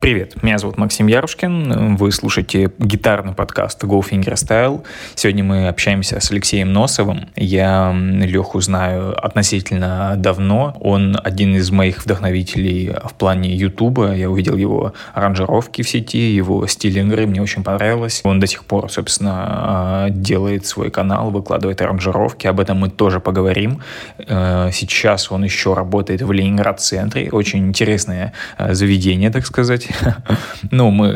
Привет, меня зовут Максим Ярушкин, вы слушаете гитарный подкаст Goldfinger Style. Сегодня мы общаемся с Алексеем Носовым. Я Леху знаю относительно давно. Он один из моих вдохновителей в плане Ютуба. Я увидел его аранжировки в сети, его стиль игры мне очень понравилось. Он до сих пор, собственно, э, делает свой канал, выкладывает аранжировки. Об этом мы тоже поговорим. Э, Сейчас он еще работает в Ленинград-центре. Очень интересное э, заведение, так сказать. Ну, мы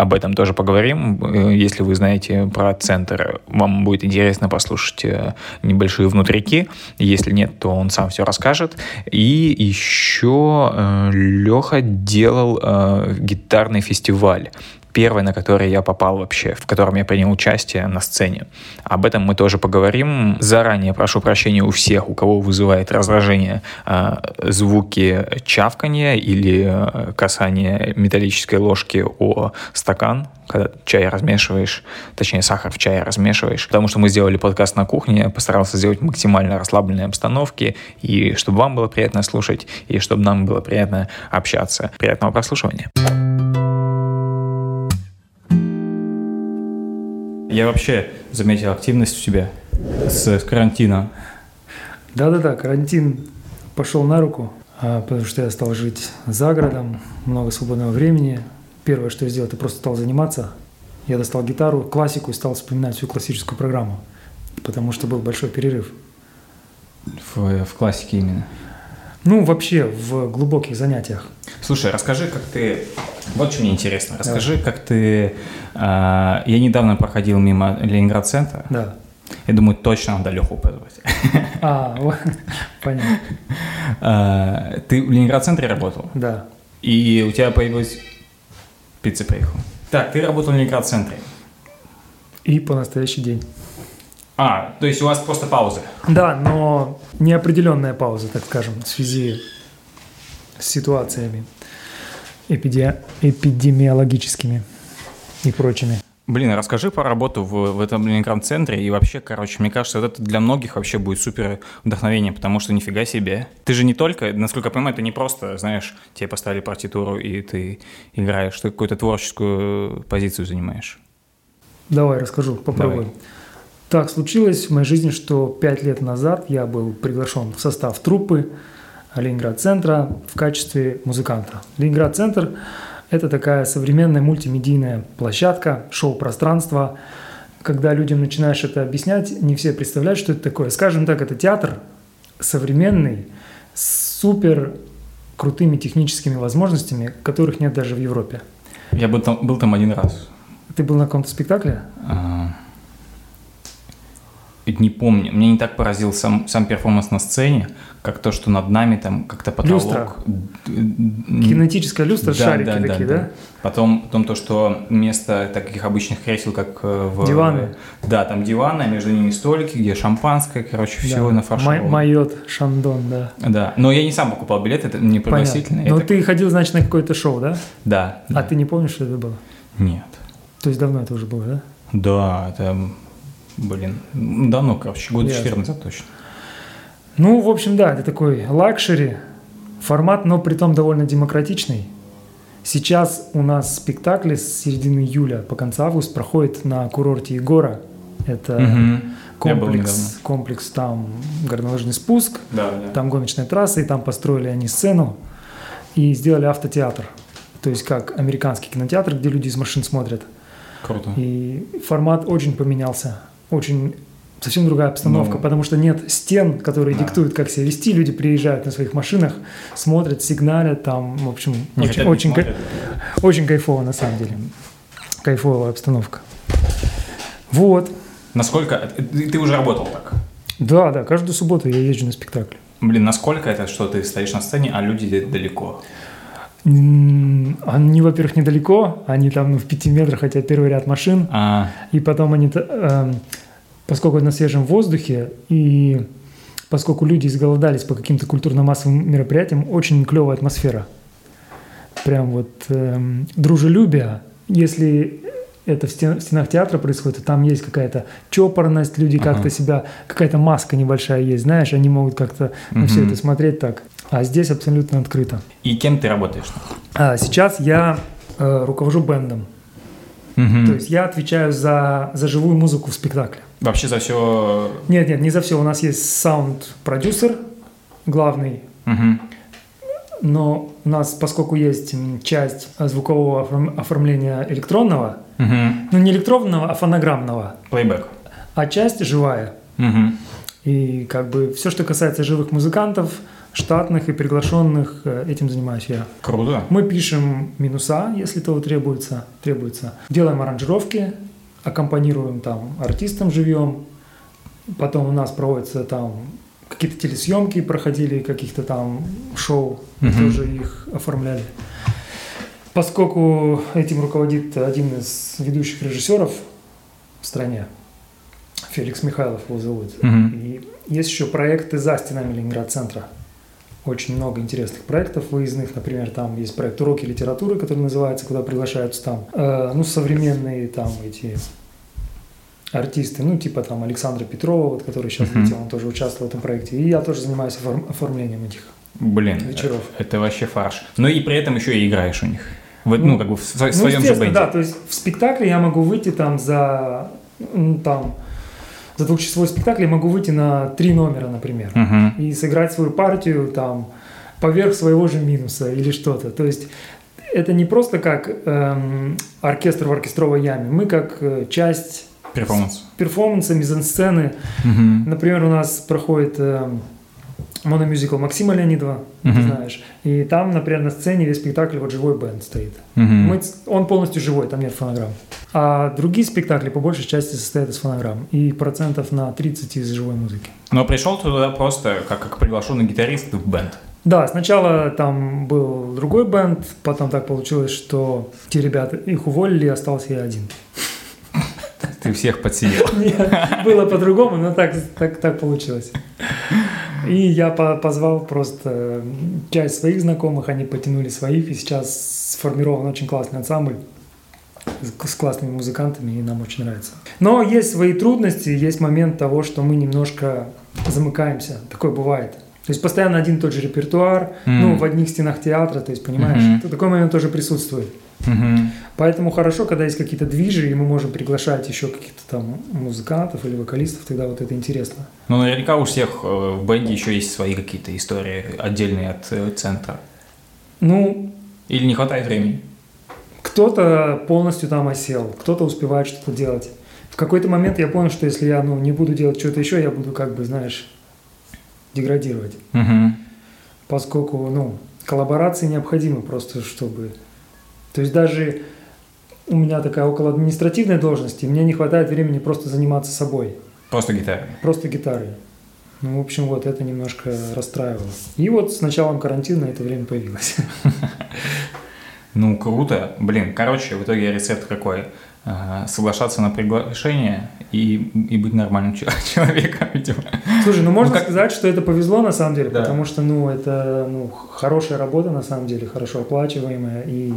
об этом тоже поговорим. Э, Если вы знаете про центр, вам будет интересно послушать э, небольшие внутрики. Если нет, то он сам все расскажет. И еще Леха делал э, гитарный фестиваль первый, на который я попал вообще, в котором я принял участие на сцене. Об этом мы тоже поговорим. Заранее прошу прощения у всех, у кого вызывает раздражение э, звуки чавкания или а, касание металлической ложки о стакан, когда чай размешиваешь, точнее сахар в чае размешиваешь, потому что мы сделали подкаст на кухне, я постарался сделать максимально расслабленные обстановки, и чтобы вам было приятно слушать, и чтобы нам было приятно общаться. Приятного прослушивания. Я вообще заметил активность у тебя с, с карантина. Да-да-да, карантин пошел на руку, а, потому что я стал жить за городом, много свободного времени. Первое, что я сделал, это просто стал заниматься. Я достал гитару, классику и стал вспоминать всю классическую программу, потому что был большой перерыв. В, в классике именно? Ну, вообще, в глубоких занятиях. Слушай, расскажи, как ты... Вот что мне интересно. Расскажи, Давай. как ты... Э, я недавно проходил мимо Ленинград-центра. Да. Я думаю, точно надо Леху позвать. А, вот, понятно. Э, ты в Ленинград-центре работал? Да. И у тебя появилась... Пицца приехала. Так, ты работал в Ленинград-центре. И по настоящий день. А, то есть у вас просто пауза? Да, но неопределенная пауза, так скажем, в связи с ситуациями эпиде... эпидемиологическими и прочими. Блин, а расскажи про работу в, в этом Ленинград-центре и вообще, короче, мне кажется, вот это для многих вообще будет супер вдохновение, потому что нифига себе. Ты же не только, насколько я понимаю, это не просто, знаешь, тебе поставили партитуру и ты играешь, ты какую-то творческую позицию занимаешь. Давай, расскажу, попробуй. Давай. Так случилось в моей жизни, что пять лет назад я был приглашен в состав труппы Ленинград-центра в качестве музыканта. Ленинград-центр – это такая современная мультимедийная площадка, шоу-пространство. Когда людям начинаешь это объяснять, не все представляют, что это такое. Скажем так, это театр современный, с супер крутыми техническими возможностями, которых нет даже в Европе. Я был там, был там один раз. Ты был на каком-то спектакле? А не помню. Мне не так поразил сам, сам перформанс на сцене, как то, что над нами там как-то потолок. Люстра. Кинетическая люстра, да, шарики да, такие, да? да? да? Потом, потом то, что вместо таких обычных кресел, как э, в... Диваны. Да, там диваны, а между ними столики, где шампанское, короче, да. все на Май, Майот, шандон, да. Да, но я не сам покупал билет, это не пригласительный. это... Но Ну, ты ходил, значит, на какое-то шоу, да? Да. А да. ты не помнишь, что это было? Нет. То есть давно это уже было, да? Да, это Блин, давно, короче, года 14 назад точно. Ну, в общем, да, это такой лакшери формат, но при том довольно демократичный. Сейчас у нас спектакли с середины июля по конца августа проходят на курорте Егора. Это угу. комплекс, комплекс там горнолыжный спуск, да, да. там гоночная трасса, и там построили они сцену и сделали автотеатр. То есть как американский кинотеатр, где люди из машин смотрят. Круто. И формат очень поменялся. Очень совсем другая обстановка, Но... потому что нет стен, которые Ну. да. диктуют, как себя вести. Люди приезжают на своих машинах, смотрят, сигналят, там, в общем, не очень, очень, ка... очень кайфово на самом деле. Кайфовая обстановка. Вот. Насколько... э, Ты уже работал так? Да, да, каждую субботу я езжу на спектакль. Блин, насколько это, что ты стоишь на сцене, а люди далеко? Они, во-первых, недалеко, они там ну, в пяти метрах, хотя первый ряд машин. А. И потом они, э, поскольку на свежем воздухе и поскольку люди изголодались по каким-то культурно-массовым мероприятиям, очень клевая атмосфера. Прям вот э, дружелюбие. Если это в, стен, в стенах театра происходит, то там есть какая-то чопорность, люди ага. как-то себя, какая-то маска небольшая есть, знаешь, они могут как-то угу. на все это смотреть так. А здесь абсолютно открыто. И кем ты работаешь? А, сейчас я э, руковожу бендом. Мгм. То есть я отвечаю за, за живую музыку в спектакле. Вообще за все... Нет, нет, не за все. У нас есть саунд-продюсер главный, но у нас, поскольку есть м, часть э, звукового оформ- оформления электронного, ну не электронного, а фонограммного, Плейбэк. а часть живая. Мгм. И как бы все, что касается живых музыкантов, штатных и приглашенных, э, этим занимаюсь я. Круто. Мы пишем минуса, если того требуется, требуется. Делаем аранжировки, аккомпанируем там артистам живьем. Потом у нас проводятся там какие-то телесъемки проходили, каких-то там шоу, мы Мгм. тоже их оформляли. Поскольку этим руководит один из ведущих режиссеров в стране, Феликс Михайлов его зовут, Мгм. и есть еще проекты за стенами Ленинград-центра. Очень много интересных проектов выездных. Например, там есть проект «Уроки литературы», который называется, куда приглашаются там, э, ну, современные там эти артисты, ну, типа там Александра Петрова, вот, который сейчас Мгм. летел, он тоже участвовал в этом проекте. И я тоже занимаюсь оформ- оформлением этих. Блин, Вечеров. э, это вообще фарш. Ну и при этом еще и играешь у них. В, ну, Ну, как бы в, сво- Ну, своем же естественно, бенде. да, то есть в спектакле я могу выйти там за, ну, там, за двухчасовой спектакль я могу выйти на три номера, например. Мгм. и сыграть свою партию там поверх своего же минуса или что-то. То есть это не просто как эм, оркестр в оркестровой яме. Мы как э, часть Перформанс. перформанса, мизансцены. Мгм. Например, у нас проходит эм, мономюзикл Максима Леонидова, ты Мгм. знаешь. И там, например, на сцене весь спектакль вот живой бенд стоит. Мгм. Мы ц- он полностью живой, там нет фонограмм. А другие спектакли по большей части состоят из фонограмм. И процентов на 30 из живой музыки. Но пришел ты туда просто как, как приглашенный гитарист в бенд. Да, сначала там был другой бенд, потом так получилось, что те ребята их уволили, и остался я один. Ты всех подсидел. Нет, было по-другому, но так, так, так получилось. И я по- позвал просто часть своих знакомых, они потянули своих, и сейчас сформирован очень классный ансамбль с- с классными музыкантами, и нам очень нравится. Но есть свои трудности, есть момент того, что мы немножко замыкаемся. Такое бывает. То есть постоянно один и тот же репертуар, Мгм. ну, в одних стенах театра, то есть, понимаешь, Мгм. т- такой момент тоже присутствует. Мгм. Поэтому хорошо, когда есть какие-то движи, и мы можем приглашать еще каких-то там музыкантов или вокалистов, тогда вот это интересно. Ну, наверняка у всех э, в бенде еще есть свои какие-то истории, отдельные от э, центра. Ну, Или не хватает времени. кто-то полностью там осел, кто-то успевает что-то делать. В какой-то момент я понял, что если я ну, не буду делать что-то еще, я буду как бы, знаешь, деградировать. Мгм. Поскольку, ну, коллаборации необходимы просто, чтобы... То есть даже у меня такая около административной должности, мне не хватает времени просто заниматься собой. Просто гитара. Просто гитары. Ну, в общем, вот это немножко расстраивало. И вот с началом карантина это время появилось. Ну, круто. Блин, короче, в итоге рецепт какой? Э, Соглашаться на приглашение и, и быть нормальным чел- человеком, видимо. Слушай, ну можно как- сказать, что это повезло на самом деле, Да. потому что, ну, это ну, х- хорошая работа на самом деле, хорошо оплачиваемая и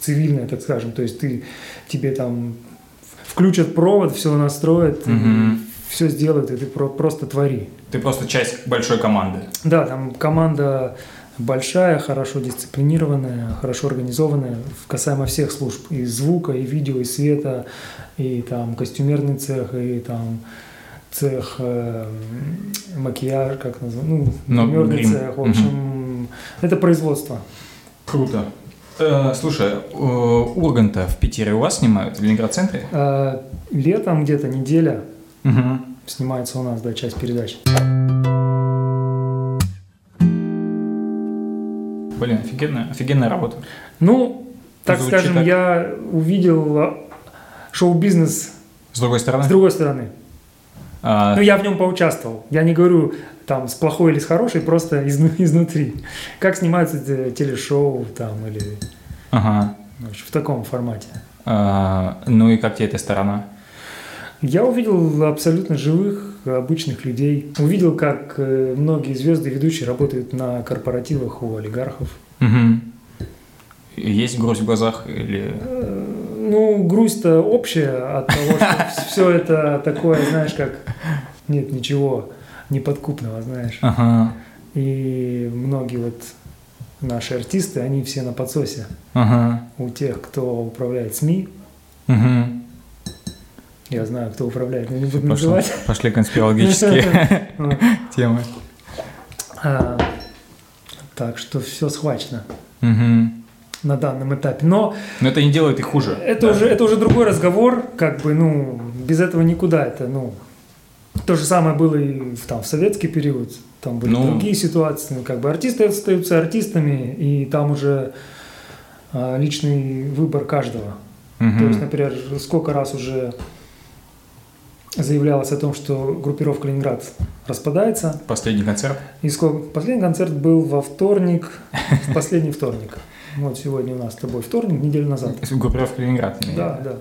цивильная, так скажем. То есть ты, тебе там в- включат провод, все настроят, Мгм. все сделают, и ты про- просто твори. Ты просто часть большой команды. Да, там команда большая, хорошо дисциплинированная, хорошо организованная, в- касаемо всех служб, и звука, и видео, и света, и там костюмерный цех, и там цех э, м, макияж, как называется, ну, Ну, гримерный грим. цех, в общем, это производство. Круто. слушай, э, Урганта в Питере у вас снимают, в Ленинград-центре? Э, летом где-то неделя снимается у нас, да, часть передач. Блин, офигенная, офигенная работа. Ну, так Звучит скажем, так. я увидел э, шоу-бизнес С другой стороны, с другой стороны. а, Ну, я в нем поучаствовал. Я не говорю там с плохой или с хорошей, просто изну- изнутри. Как снимаются те- телешоу там или ага. ну, в таком формате. А, ну и как тебе эта сторона? Я увидел абсолютно живых, обычных людей. Увидел, как э, многие звезды и ведущие работают на корпоративах у олигархов. Мгм. Есть грусть в глазах или... Ну, грусть-то общая от того, что все это такое, знаешь, как нет ничего неподкупного, знаешь. Ага. И многие вот наши артисты, они все на подсосе. Ага. У тех, кто управляет СМИ, Мгм. я знаю, кто управляет, но не буду Пошли, называть. пошли конспирологические темы. А, Так что все схвачено Мгм. на данном этапе. Но Но это не делает их хуже. это Да. уже это уже другой разговор, как бы, ну, без этого никуда. Это, ну, то же самое было и в, там в советский период. Там были Ну. другие ситуации, ну, как бы артисты остаются артистами, и там уже а, личный выбор каждого. Мгм. То есть, например, сколько раз уже заявлялось о том, что группировка Ленинград распадается. Последний концерт. И сколько... Последний концерт был во вторник, в последний вторник. Вот сегодня у нас с тобой вторник, неделю назад. Группировка Ленинград. Да, да.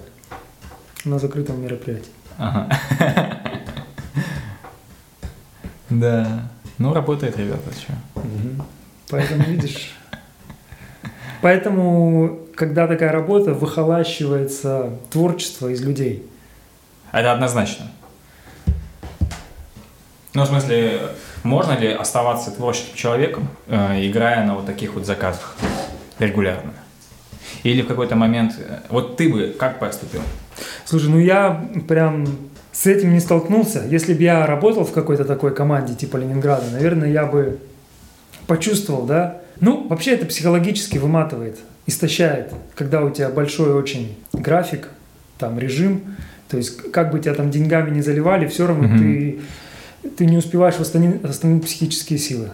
На закрытом мероприятии. Ага. Да. Ну, работает, ребята, что. Поэтому, видишь... Поэтому, когда такая работа, выхолащивается творчество из людей. Это однозначно. Ну, в смысле, можно ли оставаться творческим человеком, э, играя на вот таких вот заказах регулярно? Или в какой-то момент... э, Вот ты бы как поступил? Слушай, ну я прям с этим не столкнулся. Если бы я работал в какой-то такой команде типа Ленинграда, наверное, я бы почувствовал, да? Ну, вообще это психологически выматывает, истощает, когда у тебя большой очень график, там режим, то есть как бы тебя там деньгами не заливали, все равно Мгм. ты, ты не успеваешь восстановить, восстановить психические силы.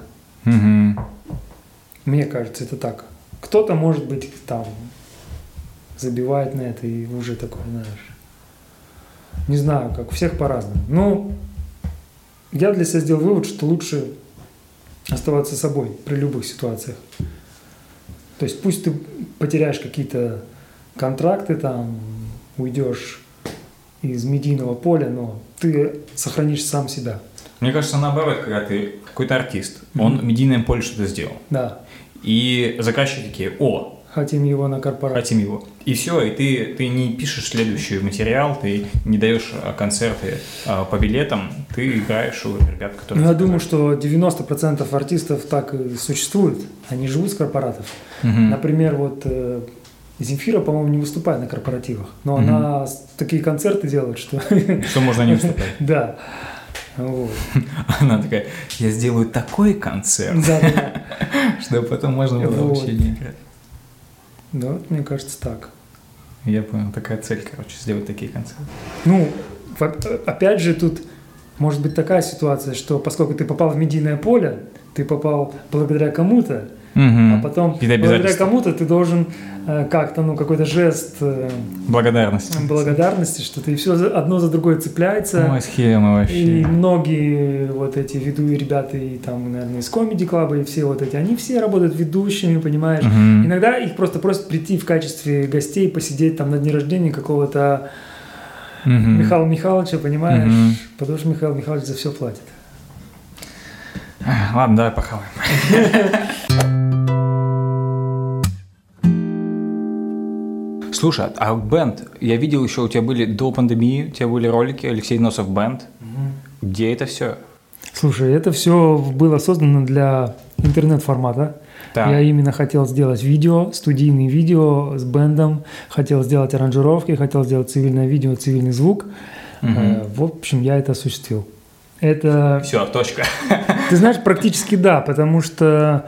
Мне кажется, это так. Кто-то, может быть, там забивает на это и уже такой, знаешь. Не знаю, как у всех по-разному. Но я для себя сделал вывод, что лучше оставаться собой при любых ситуациях. То есть пусть ты потеряешь какие-то контракты, там уйдешь из медийного поля, но ты сохранишь сам себя. Мне кажется, наоборот, когда ты какой-то артист, Мгм. он в медийном поле что-то сделал. Да, И заказчики такие, о, хотим его на корпорацию. хотим его. И все, и ты, ты не пишешь следующий материал, ты не даешь э, концерты э, по билетам, ты играешь у ребят, которые... Ну, я заказали. думаю, что 90% артистов так и существует. Они живут с корпоратов. Мгм. Например, вот э, Земфира, по-моему, не выступает на корпоративах. Но Мгм. она с- такие концерты делает, что... Что можно не выступать? Да. Вот. Она такая, я сделаю такой концерт, Да, да, да. что потом можно было Вот. вообще не играть. Да, Ну, вот мне кажется, так. Я понял, такая цель, короче, сделать такие концерты. Ну, во- опять же, тут может быть такая ситуация, что поскольку ты попал в медийное поле, ты попал благодаря кому-то, а потом Какие-то благодаря обязательства. кому-то ты должен э, как-то, ну, какой-то жест э, Благодарность. благодарности, что ты все одно за другое цепляется. Ой, схема И вообще. многие вот эти ведущие ребята, и там, наверное, из комеди клаба, и все вот эти, они все работают ведущими, понимаешь. Мгм. Иногда их просто просят прийти в качестве гостей, посидеть там на дне рождения какого-то Мгм. Михаила Михайловича, понимаешь? Мгм. Потому что Михаил Михайлович за все платит. А, Ладно, давай похаваем. Слушай, а- а бенд, я видел еще, у тебя были до пандемии, у тебя были ролики Алексей Носов бенд. Где это все? Слушай, это все было создано для интернет-формата. Я именно хотел сделать видео, студийные видео с бендом, хотел сделать аранжировки, хотел сделать цивильное видео, цивильный звук. Э, В общем, я это осуществил. Это, Все, точка. ты знаешь, практически да, потому что,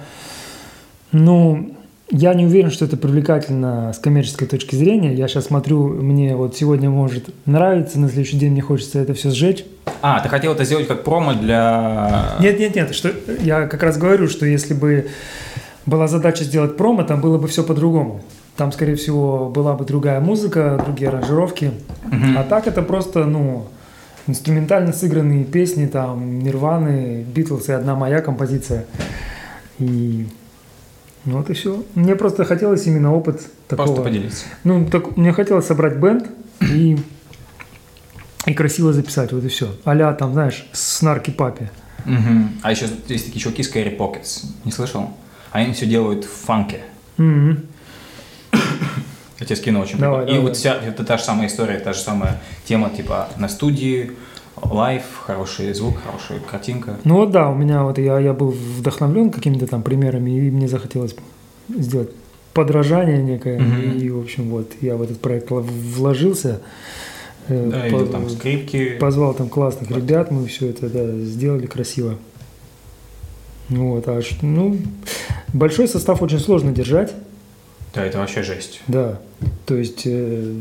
ну, я не уверен, что это привлекательно с коммерческой точки зрения. Я сейчас смотрю, мне вот сегодня может нравиться, на следующий день мне хочется это все сжечь. А, ты хотел это сделать как промо для... Нет, нет, нет, что, я как раз говорю, что если бы была задача сделать промо, там было бы все по-другому. Там, скорее всего, была бы другая музыка, другие аранжировки. Мгм. А так это просто, ну, инструментально сыгранные песни, там, Нирваны, Битлз и одна моя композиция. И ну вот и все. Мне просто хотелось именно опыт такого. Просто поделиться. Ну, так, мне хотелось собрать бенд и, и красиво записать, вот и все. Аля там, знаешь, с нарки папе. Мгм. А еще есть такие чуваки с Кэрри Pockets. Не слышал? Они все делают в фанке. Мгм. Я тебе скину очень Давай, прикольно. И давай, вот вся, это та же самая история, та же самая тема, типа, на студии, лайф, хороший звук, хорошая картинка. Ну вот да, у меня вот я, я был вдохновлен какими-то там примерами, и мне захотелось сделать подражание некое. Мгм. И, в общем, вот я в этот проект л- вложился. э, Да, по- или там скрипки. Позвал там классных Вот. ребят, мы все это да, сделали красиво. Вот, аж, ну, большой состав очень сложно держать, Да, это вообще жесть. да. То есть э,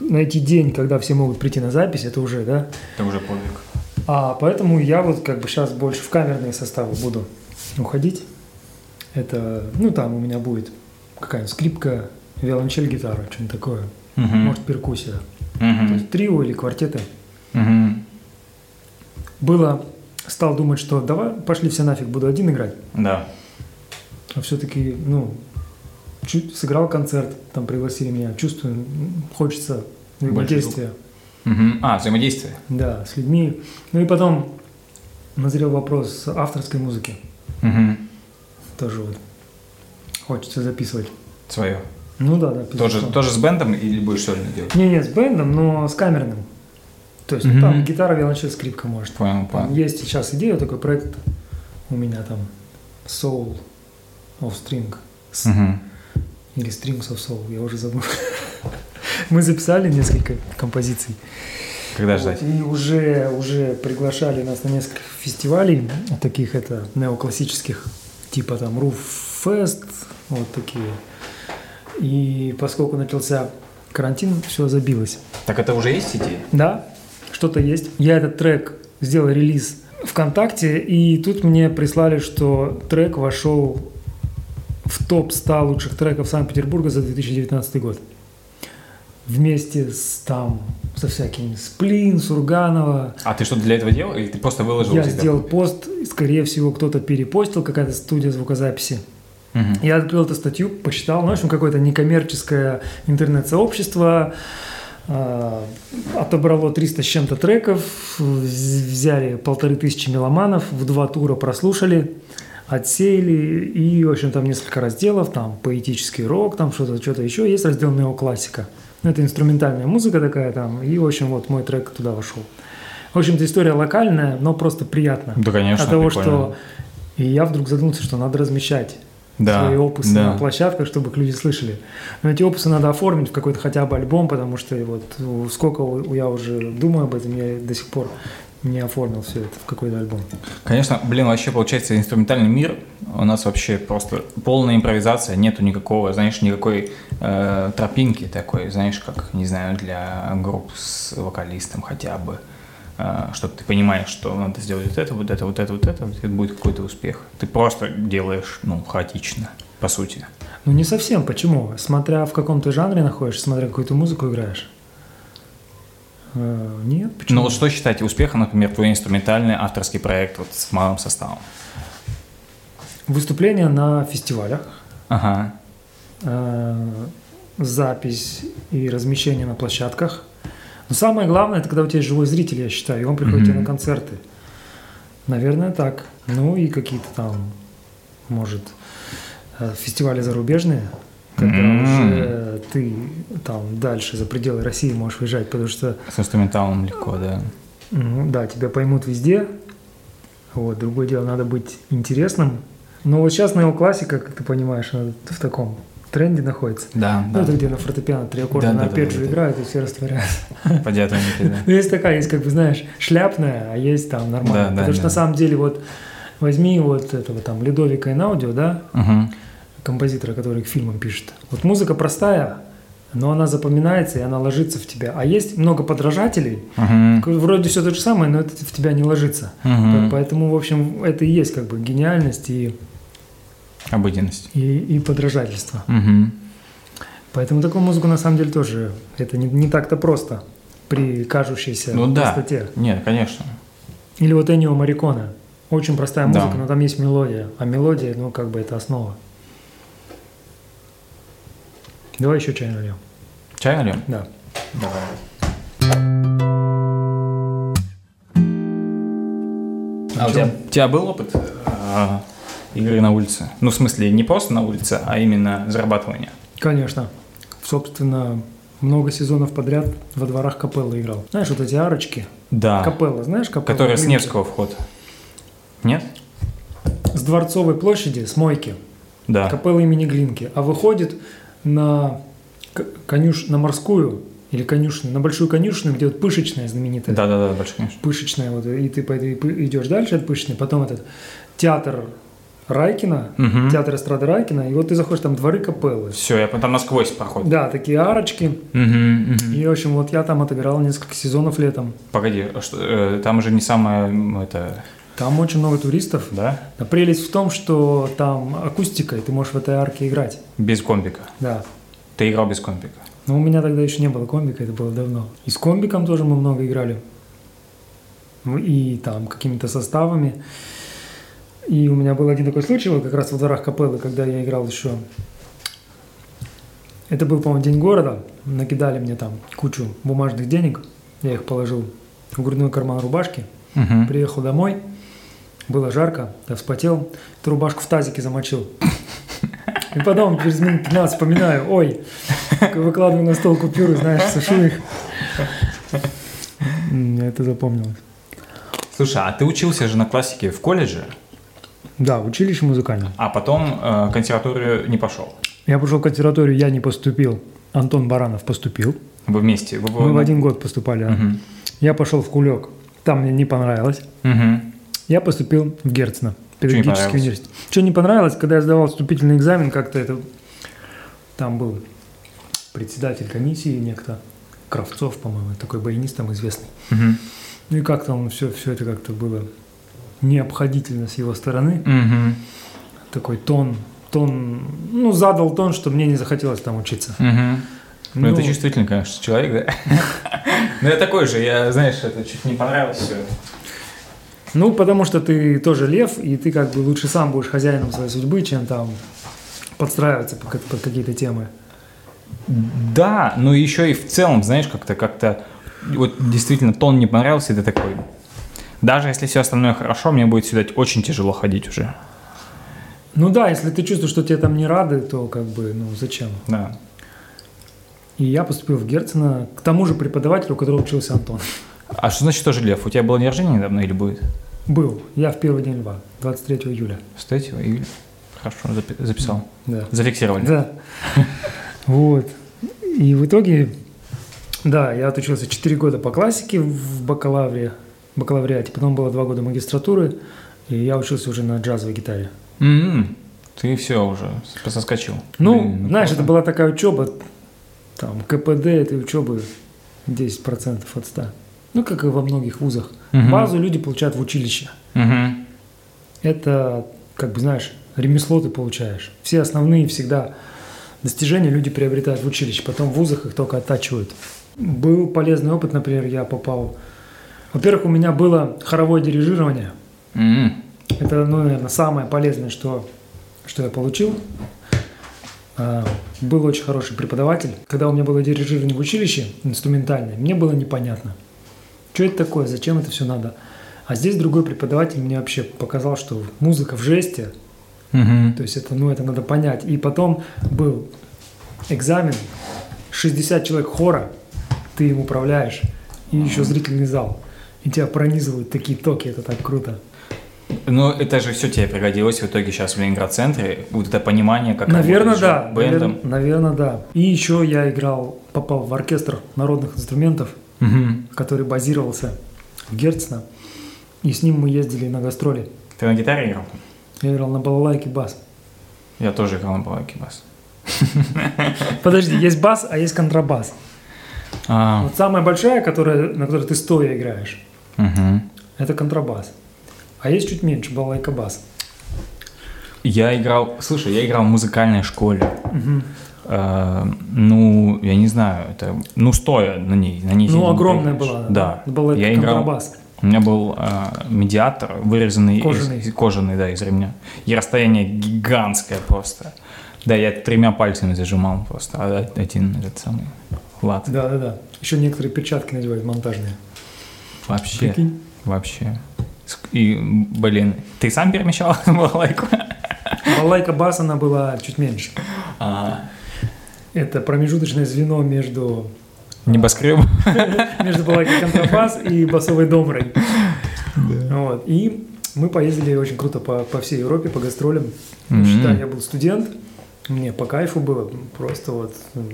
найти день, когда все могут прийти на запись, это уже, да, Это уже подвиг. А поэтому я вот как бы сейчас больше в камерные составы буду уходить. Это, ну там у меня будет какая-нибудь скрипка, виолончель, гитара, что-нибудь такое. Может, перкуссия. То есть трио или квартеты. Было, стал думать, что давай, пошли все нафиг, буду один играть. Да. А все-таки, ну, чуть сыграл концерт, там пригласили меня, чувствую, м, хочется Больше звука. действия. Мгм. А, взаимодействие. Да, с людьми. Ну и потом назрел вопрос авторской музыки. тоже вот хочется записывать. Свое. Ну да, да. Тоже, тоже с бендом или будешь сольно делать? Не, не, с бендом, но с камерным. То есть ну, Мгм. там гитара, виолончель, скрипка может. Понял, Там понял. есть сейчас идея, такой проект у меня там Soul of String с- Мгм. или Strings of Soul, я уже забыл. Мы записали несколько композиций. Когда ждать? И уже, уже приглашали нас на несколько фестивалей, таких это неоклассических, типа там Roof Fest, вот такие. И поскольку начался карантин, все забилось. Так это уже есть сети? Да, что-то есть. Я этот трек сделал релиз ВКонтакте, и тут мне прислали, что трек вошел в топ 100 лучших треков Санкт-Петербурга за 2019 год. Вместе с там со всякими Сплин, Сурганова. А ты что-то для этого делал? Или ты просто выложил Я у себя? сделал пост, и, скорее всего, кто-то перепостил, какая-то студия звукозаписи. Мгм. Я открыл эту статью, почитал, ну, в общем, какое-то некоммерческое интернет-сообщество э, отобрало 300 с чем-то треков, вз- взяли полторы тысячи меломанов, в два тура прослушали, отсеяли, и, в общем, там несколько разделов, там поэтический рок, там что-то, что-то еще, есть раздел неоклассика. Ну, это инструментальная музыка такая там, и, в общем, вот мой трек туда вошел. В общем-то, история локальная, но просто приятно. Да, конечно, От того, прикольно. что... И я вдруг задумался, что надо размещать Да, свои опусы да. на площадках, чтобы их люди слышали. Но эти опусы надо оформить в какой-то хотя бы альбом, потому что вот у- сколько у- я уже думаю об этом, я до сих пор не оформил все это в какой-то альбом. Конечно, блин, вообще получается инструментальный мир у нас вообще просто полная импровизация, нету никакого, знаешь, никакой э, тропинки такой, знаешь, как, не знаю, для групп с вокалистом хотя бы, чтобы ты понимаешь, что надо сделать вот это, вот это, вот это, вот это, вот это будет какой-то успех. Ты просто делаешь, ну, хаотично, по сути. Ну не совсем, почему? Смотря в каком ты жанре находишься, смотря какую ты музыку играешь. Э, Нет, почему? Но Ну, вот что считать успехом, например, твой инструментальный авторский проект вот с малым составом? Выступления на фестивалях, Ага. э, запись и размещение на площадках. Но самое главное, это когда у тебя есть живой зритель, я считаю, и он приходит тебе Мгм. на концерты. Наверное, так. Ну и какие-то там, может, э, фестивали зарубежные, когда М. уже ты там дальше за пределы России можешь выезжать, потому что, С инструменталом легко, да. ну да, тебя поймут везде. Вот, другое дело, надо быть интересным. Но вот сейчас неоклассика, как ты понимаешь, она в таком тренде находится. Да, Ну, это где на фортепиано три аккорда Да-да-да-да-да. на арпеджио играют и все растворяются. По диатонике, да. Ну, есть такая, есть, как бы, знаешь, шляпная, а есть там нормальная. Да-да-да. Потому что на самом деле вот возьми вот этого там Ледовика Инаудио, да, Мгм. композитора, который к фильмам пишет. Вот музыка простая, но она запоминается и она ложится в тебя. А есть много подражателей, Мгм. вроде все то же самое, но это в тебя не ложится. Мгм. Поэтому, в общем, это и есть как бы гениальность и, Обыденность. и, и подражательство. Мгм. Поэтому такую музыку на самом деле тоже это не, не так-то просто при кажущейся Ну да. простоте. Нет, конечно. Или вот Энио Марикона. Очень простая Да. музыка, но там есть мелодия. А мелодия, ну, как бы это основа. Давай еще чай нальем. Чай нальем? Да. Давай. А у тебя, у тебя был опыт э, игры на улице? Ну, в смысле, не просто на улице, а именно зарабатывание. Конечно. Собственно, много сезонов подряд во дворах капеллы играл. Знаешь, вот эти арочки? Да. Капелла, знаешь, капелла? Которая А. с Невского вход. Нет? С Дворцовой площади, с мойки. Да. Капелла имени Глинки. А выходит на к- конюш... на морскую или конюшню, на большую конюшню, где вот пышечная знаменитая. Да-да-да, большой, конечно. Пышечная, вот, и ты по этой пы- идешь дальше от пышечной, потом этот театр Райкина, Мгм. театр эстрады Райкина, и вот ты заходишь, там дворы капеллы. Все, я там насквозь проход. Да, такие арочки. Мгм, мгм. И, в общем, вот я там отыграл несколько сезонов летом. Погоди, а что, э, там же не самое м, это, Там очень много туристов. да? А прелесть в том, что там акустика, и ты можешь в этой арке играть. Без комбика. Да. Ты играл без комбика. Но у меня тогда еще не было комбика, это было давно. И с комбиком тоже мы много играли. Ну, И там какими-то составами. И у меня был один такой случай, вот как раз во дворах капеллы, когда я играл еще. Это был, по-моему, день города. Накидали мне там кучу бумажных денег. Я их положил в грудной карман рубашки. Мгм. Приехал домой, было жарко, я вспотел, эту рубашку в тазике замочил. И потом через минут 15 вспоминаю, ой, выкладываю на стол купюры, знаешь, сушу их. М, Мне это запомнилось. Слушай, а ты учился же на классике в колледже, Да, в училище музыкальное. а потом э, консерваторию не пошел. Я пошел в консерваторию, я не поступил. Антон Баранов поступил. Вы вместе. Вы, Мы в один год поступали. да. Мгм. Я пошел в Кулек. Там мне не понравилось. Мгм. Я поступил в Герцена, педагогический понравилось? университет. Что не понравилось, когда я сдавал вступительный экзамен, как-то это... Там был председатель комиссии некто, Кравцов, по-моему, такой баянист там известный. Мгм. Ну и как-то он все, все это как-то было необходительно с его стороны. Мгм. Такой тон, тон, ну, задал тон, что мне не захотелось там учиться. Мгм. Ну, Ну, это чувствительный, конечно, человек, да? Ну, я такой же, я, знаешь, это чуть не понравилось все. ну, потому что ты тоже лев, и ты как бы лучше сам будешь хозяином своей судьбы, чем там подстраиваться под как- под какие-то темы. Да, но еще и в целом, знаешь, как-то, как-то, вот действительно тон не понравился, и ты такой, даже если все остальное хорошо, мне будет сюда очень тяжело ходить уже. Ну да, если ты чувствуешь, что тебе там не рады, то как бы, ну зачем? Да. И я поступил в Герцена к тому же преподавателю, у которого учился Антон. А что значит тоже лев? У тебя было день рождения недавно или будет? Был. Я в первый день льва, 23 июля. 3 июля. Хорошо, запи- записал. Да. Зафиксировали. Да. Вот. И в итоге, да, я отучился 4 года по классике в бакалавре, бакалавриате. Потом было 2 года магистратуры, и я учился уже на джазовой гитаре. М-м, Ты все уже с- соскочил. Ну, Блин, знаешь, круто. это была такая учеба, там, КПД этой учебы 10% от 100. Ну, как и во многих вузах. Мгм. Базу люди получают в училище. Мгм. Это, как бы, знаешь, ремесло ты получаешь. Все основные всегда достижения люди приобретают в училище, потом в вузах их только оттачивают. Был полезный опыт, например, я попал... Во-первых, у меня было хоровое дирижирование. М-м. Это, ну, наверное, самое полезное, что, что я получил. А, Был очень хороший преподаватель. Когда у меня было дирижирование в училище, инструментальное, мне было непонятно, что это такое, зачем это все надо. А здесь другой преподаватель мне вообще показал, что музыка в жесте, Мгм. то есть это, ну, это надо понять. И потом был экзамен, 60 человек хора, ты им управляешь, и еще зрительный зал. И тебя пронизывают такие токи, это так круто. Ну, это же все тебе пригодилось в итоге сейчас в Ленинград-центре. Вот это понимание, как Наверное, работать с да. бэндом. Наверное, да. И еще я играл, попал в оркестр народных инструментов, Мгм. который базировался в Герцена. И с ним мы ездили на гастроли. Ты на гитаре играл? Я играл на балалайке бас. Я тоже играл на балалайке бас. Подожди, есть бас, а есть контрабас. А, Вот самая большая, которая, на которой ты стоя играешь, мгм. это контрабас. А есть чуть меньше, балалайка бас. Я играл, слушай, я играл в музыкальной школе. Э, ну, я не знаю, это, ну, стоя на ней. На ней Ну, сидя не огромная поиграешь. была. Да. Балалайка я играл, контрабас. у меня был э, медиатор, вырезанный из- Кожаный. из, кожаный, да, из ремня. И расстояние гигантское просто. Да, я тремя пальцами зажимал просто а один этот самый лад. Да, да, да. Еще некоторые перчатки надевают монтажные. Вообще. Прикинь. Вообще. Ск- И, м, блин, ты сам перемещал балалайку? Балалайка бас, она была чуть меньше. А, Это промежуточное звено между Небоскреб. между балалайкой контрабас и басовой домрой. Вот. И мы поездили очень круто по, по всей Европе, по гастролям. Мгм. Считай, я был студент, мне по кайфу было, просто вот м,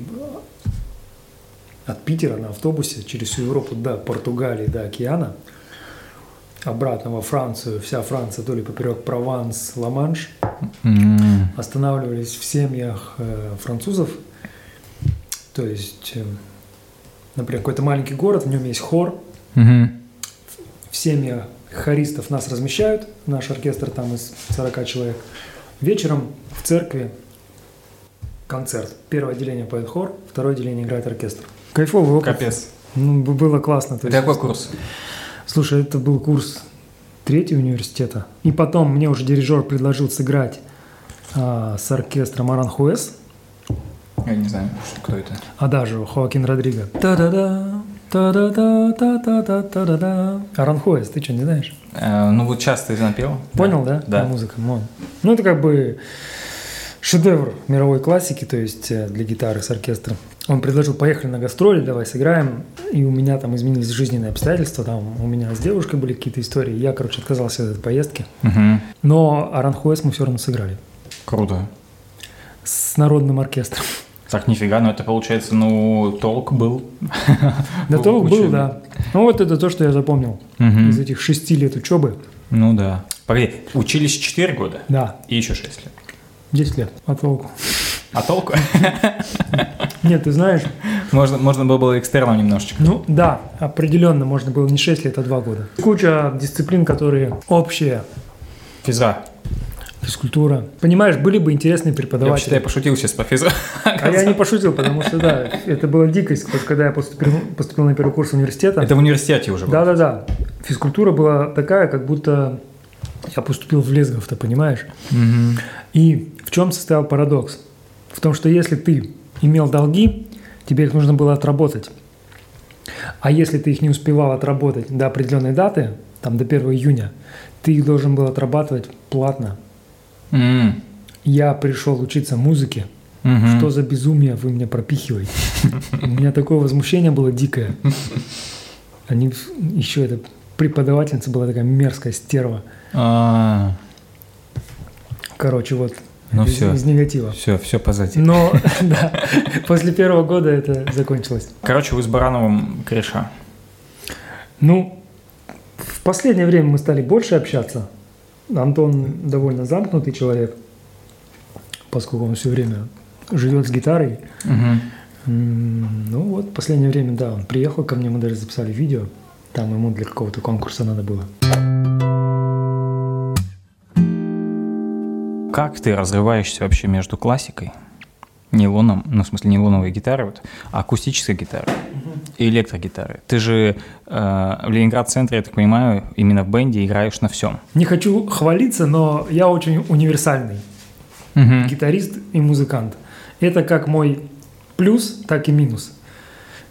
от Питера на автобусе через всю Европу до Португалии, до океана, обратно во Францию, вся Франция, то ли поперек Прованс, Ла-Манш, М. останавливались в семьях э, французов. То есть, э, например, какой-то маленький город, в нем есть хор, Мгм. в семьях хористов нас размещают, наш оркестр там из 40 человек. Вечером в церкви концерт. Первое отделение поет хор, второе отделение играет оркестр. Кайфовый опыт. Капец. Ну, б- было классно. то Это есть- какой курс? Слушай, это был курс третьего университета. И потом мне уже дирижер предложил сыграть а, с оркестром Аранхуэс, Я не знаю, что- кто это. Адажио, Хоакин Родриго. Та-да-да, та-да-да, та-та-да, та-да-да. Аранхуэс, ты что, не знаешь? Э, Ну вот часто ты напел. Понял, да? Да. Музыка. Ну, ну, это как бы шедевр мировой классики, то есть э, для гитары с оркестром. Он предложил, поехали на гастроли, давай сыграем. И у меня там изменились жизненные обстоятельства, там у меня с девушкой были какие-то истории. Я, короче, отказался от этой поездки. Мгм. Но Аранхуэс мы все равно сыграли Круто. с народным оркестром. Так, нифига, но это получается, ну, толк был. Да, то был, Учебный. да. Ну, вот это то, что я запомнил Мгм. из этих шести лет учебы. Ну да. Погоди, учились 4 года Да, и еще 6 лет. 10 лет от толку. А толку? Нет, ты знаешь, Можно, можно было бы экстерном немножечко. Ну да, определенно можно было не 6 лет, а 2 года. Куча дисциплин, которые общие. Физра. Физкультура. Понимаешь, были бы Я интересные вообще-то я преподаватели. пошутил сейчас по физру. а я не пошутил, потому что да, это была дикость, потому что когда я поступил, поступил на первый курс университета. Это в университете уже было. Да-да-да. Физкультура была такая, как будто я поступил в Лесгов-то, понимаешь? Мгм. И в чем состоял парадокс? В том, что если ты имел долги, тебе их нужно было отработать. А если ты их не успевал отработать до определенной даты, там до 1 июня, ты их должен был отрабатывать платно. М. Я пришел учиться музыке. Мгм. Что за безумие вы меня пропихиваете? У меня такое возмущение было дикое. Они еще эта преподавательница была такая мерзкая стерва. А, Короче, вот Ну из- всё. из негатива. Все, все позади. Но да, после первого года это закончилось. Короче, вы с Барановым кореша. Ну, в последнее время мы стали больше общаться. Антон довольно замкнутый человек, поскольку он все время живет с гитарой. Мгм. М, Ну вот, в последнее время, да, он приехал ко мне, мы даже записали видео. Там ему для какого-то конкурса надо было. Как ты разрываешься вообще между классикой, нейлоном, ну, в смысле, нейлоновой гитары, вот, акустической гитары и электрогитары? Ты же э, в Ленинград-центре, я так понимаю, именно в бенде играешь на всем. Не хочу хвалиться, но я очень универсальный гитарист и музыкант. Это как мой плюс, так и минус.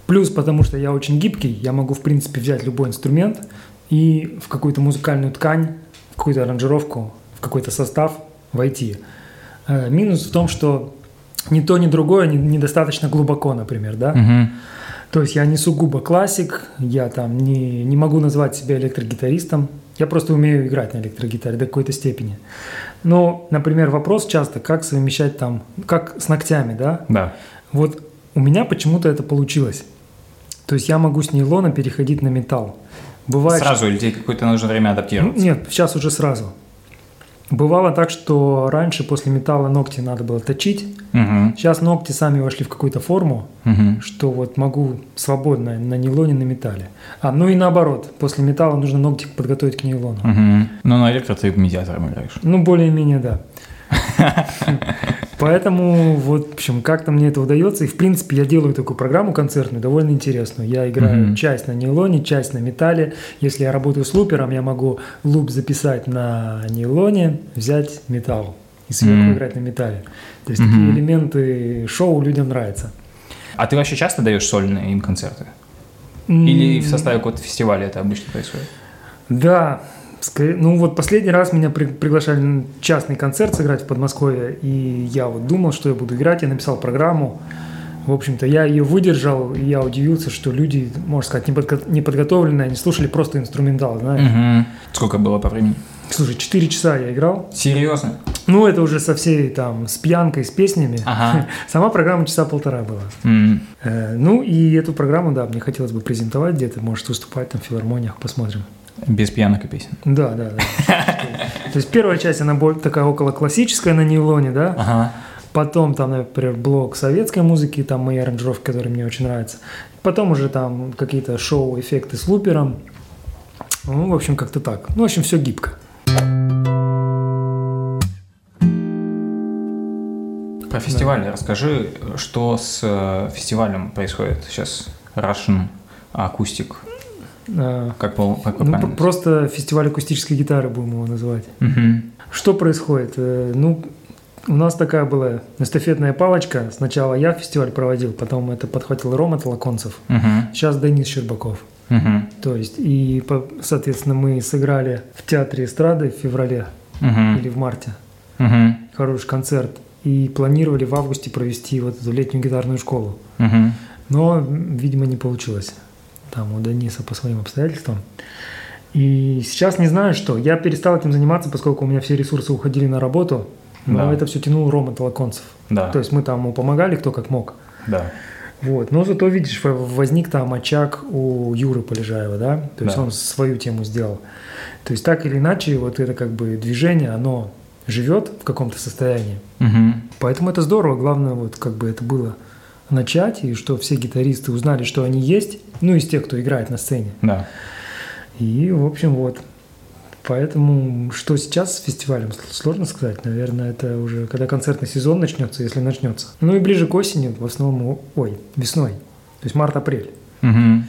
Плюс, потому что я очень гибкий, я могу, в принципе, взять любой инструмент и в какую-то музыкальную ткань, в какую-то аранжировку, в какой-то состав войти. Э, Минус в том, что ни то, ни другое не- недостаточно глубоко, например, да? Мгм. То есть я не сугубо классик, я там не, не могу назвать себя электрогитаристом. Я просто умею играть на электрогитаре до какой-то степени. Но, например, вопрос часто, как совмещать там, как с ногтями, да? Да. Вот у меня почему-то это получилось. То есть я могу с нейлона переходить на металл. Бывает, что- Сразу или тебе какое-то нужно время ну, адаптироваться? Нет, сейчас уже сразу. Бывало так, что раньше после металла ногти надо было точить. Мгм. Сейчас ногти сами вошли в какую-то форму, Мгм. что вот могу свободно на нейлоне, на металле. А, ну и наоборот, после металла нужно ногтик подготовить к нейлону. Мгм. Ну, на электро ты медиатором играешь. Ну, более-менее, да. Поэтому, вот, в общем, как-то мне это удается. И, в принципе, я делаю такую программу концертную, довольно интересную. Я играю Мгм. часть на нейлоне, часть на металле. Если я работаю с лупером, я могу луп записать на нейлоне, взять металл и сверху Мгм. играть на металле. То есть Мгм. такие элементы шоу людям нравятся. А ты вообще часто даешь сольные им концерты? Или в составе какого-то фестиваля это обычно происходит? Да, скорее- ну вот последний раз меня при- приглашали на частный концерт сыграть в Подмосковье, и я вот думал, что я буду играть, я написал программу, В общем-то, я ее выдержал, и я удивился, что люди, можно сказать, неподго- неподготовленные, они слушали просто инструментал, знаешь. Мгм. Сколько было по времени? Слушай, 4 часа я играл. Серьезно? Ну, это уже со всей там, с пьянкой, с песнями. Ага. Сама программа часа полтора была. М. Э, Ну, и эту программу, да, мне хотелось бы презентовать где-то, может, выступать там в филармониях, посмотрим. Без пьянок и песен. Да, да, да. То есть первая часть, она более такая около классическая на нейлоне, да? Ага. Потом там, например, блок советской музыки, там мои аранжировки, которые мне очень нравятся. Потом уже там какие-то шоу-эффекты с лупером. Ну, в общем, как-то так. Ну, в общем, все гибко. Про фестиваль расскажи, что с э, фестивалем происходит сейчас? Russian Acoustic. Э, Как, пол- как вы ну, правильно? пр- просто фестиваль акустической гитары будем его называть. Мгм. Что происходит? Э, Ну, у нас такая была эстафетная палочка. Сначала я фестиваль проводил, потом это подхватил Рома Толоконцев. Мгм. Сейчас Денис Щербаков. Мгм. То есть, и, по- соответственно, мы сыграли в Театре эстрады в феврале Мгм. или в марте. Мгм. Хороший концерт. И планировали в августе провести вот эту летнюю гитарную школу. Мгм. Но, м, видимо, не получилось. Там у Дениса по своим обстоятельствам. И сейчас не знаю, что. Я перестал этим заниматься, поскольку у меня все ресурсы уходили на работу. Но Да. это все тянул Рома Толоконцев. Да. То есть мы там ему помогали, кто как мог. Да. Вот. Но зато, видишь, во- возник там очаг у Юры Полежаева, да? То есть Да. он свою тему сделал. То есть так или иначе, вот это как бы движение, оно живет в каком-то состоянии. Мгм. Поэтому это здорово. Главное, вот как бы это было начать, и что все гитаристы узнали, что они есть, ну, из тех, кто играет на сцене. Да. И, в общем, вот. Поэтому, что сейчас с фестивалем, сл- сложно сказать. Наверное, это уже когда концертный сезон начнется, если начнется. Ну и ближе к осени, в основном, о- ой, весной. То есть март-апрель. Мгм.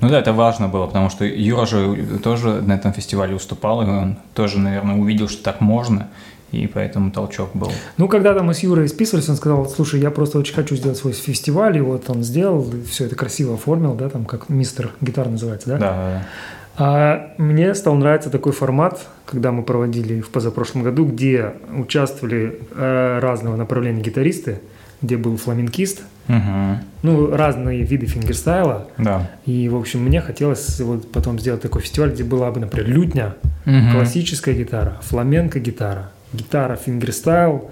Ну да, это важно было, потому что Юра же тоже на этом фестивале уступал, и он тоже, наверное, увидел, что так можно, и поэтому толчок был. Ну, когда-то мы с Юрой списывались, он сказал, слушай, я просто очень хочу сделать свой фестиваль, и вот он сделал, все это красиво оформил, да, там как мистер гитар называется, да? Да, да, А мне стал нравиться такой формат, когда мы проводили в позапрошлом году, где участвовали э, разного направления гитаристы, где был фламенкист, да. Мгм. ну, разные виды фингерстайла. Да. И, в общем, мне хотелось вот потом сделать такой фестиваль, где была бы, например, лютня, Мгм. классическая гитара, фламенко-гитара, гитара фингерстайл,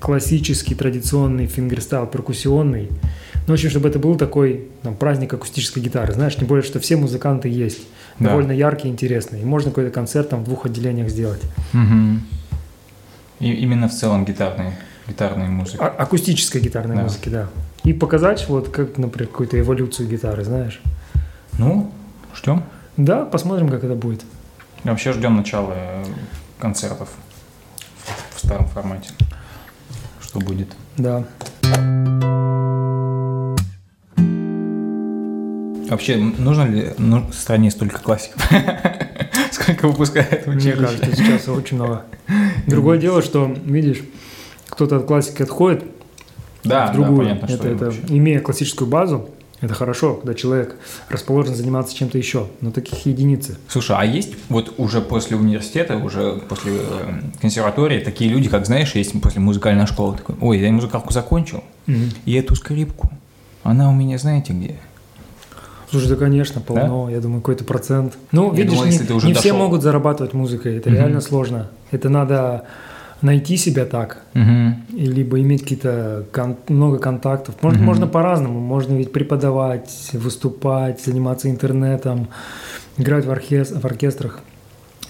классический традиционный фингерстайл перкуссионный. Ну, в общем, чтобы это был такой там, праздник акустической гитары. Знаешь, тем более, что все музыканты есть. Да. Довольно яркие, интересные. И можно какой-то концерт там в двух отделениях сделать. Мгм. И именно в целом гитарной, гитарной музыки. А- акустической гитарной Да. музыки, да. И показать, вот, как, например, какую-то эволюцию гитары, знаешь. Ну, ждем. Да, посмотрим, как это будет. Вообще ждем начала э, концертов в- в старом формате. Что будет? Да. Вообще, м, нужно ли ну, стране столько классиков? Сколько выпускает Мне училище? кажется, сейчас очень много. Другое дело, что, видишь, кто-то от классики отходит, А, Да, в да, другую. понятно, что это, им это, вообще. имея классическую базу, это хорошо, когда человек расположен заниматься чем-то еще, но таких единицы. Слушай, а есть вот уже после университета, уже после э, консерватории, такие люди, как знаешь, есть после музыкальной школы, такой, ой, я музыкалку закончил, и эту скрипку, она у меня знаете где? Слушай, да, конечно, полно, я думаю, какой-то процент. Ну, Я видишь, думал, не, если ты уже не все дошел. могут зарабатывать музыкой, это Мгм. реально сложно. Это надо найти себя так, Мгм. и либо иметь какие-то кон- много контактов. Можно, Мгм. можно по-разному, можно ведь преподавать, выступать, заниматься интернетом, играть в, орхес- в оркестрах,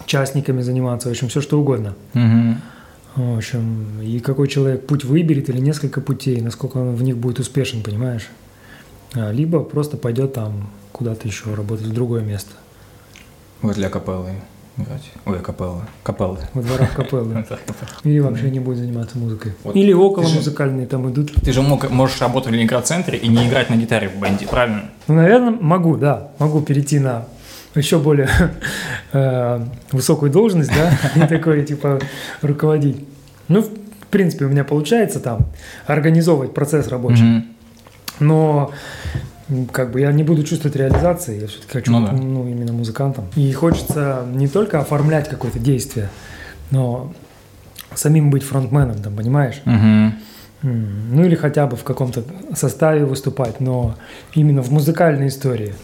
частниками заниматься, в общем, все что угодно. Мгм. В общем, и какой человек путь выберет или несколько путей, насколько он в них будет успешен, понимаешь? А, Либо просто пойдет там куда-то еще работать в другое место, Вот для капеллы играть. Ой, капеллы. Капеллы. во дворах капеллы. Или вообще не будет заниматься музыкой. Вот Или около же- музыкальные там идут. Ты же мог- можешь работать в Ленинград-центре и не играть на гитаре в банде, правильно? Ну, наверное, могу, да, могу перейти на еще более э, высокую должность, да, и такой, типа, руководить. Ну, в принципе, у меня получается там организовывать процесс рабочий. Мгм. Но м, как бы я не буду чувствовать реализации, я все-таки хочу Ну быть, да. ну, именно музыкантом. И хочется не только оформлять какое-то действие, но самим быть фронтменом, там, понимаешь? Мгм. М, Ну или хотя бы в каком-то составе выступать, но именно в музыкальной истории.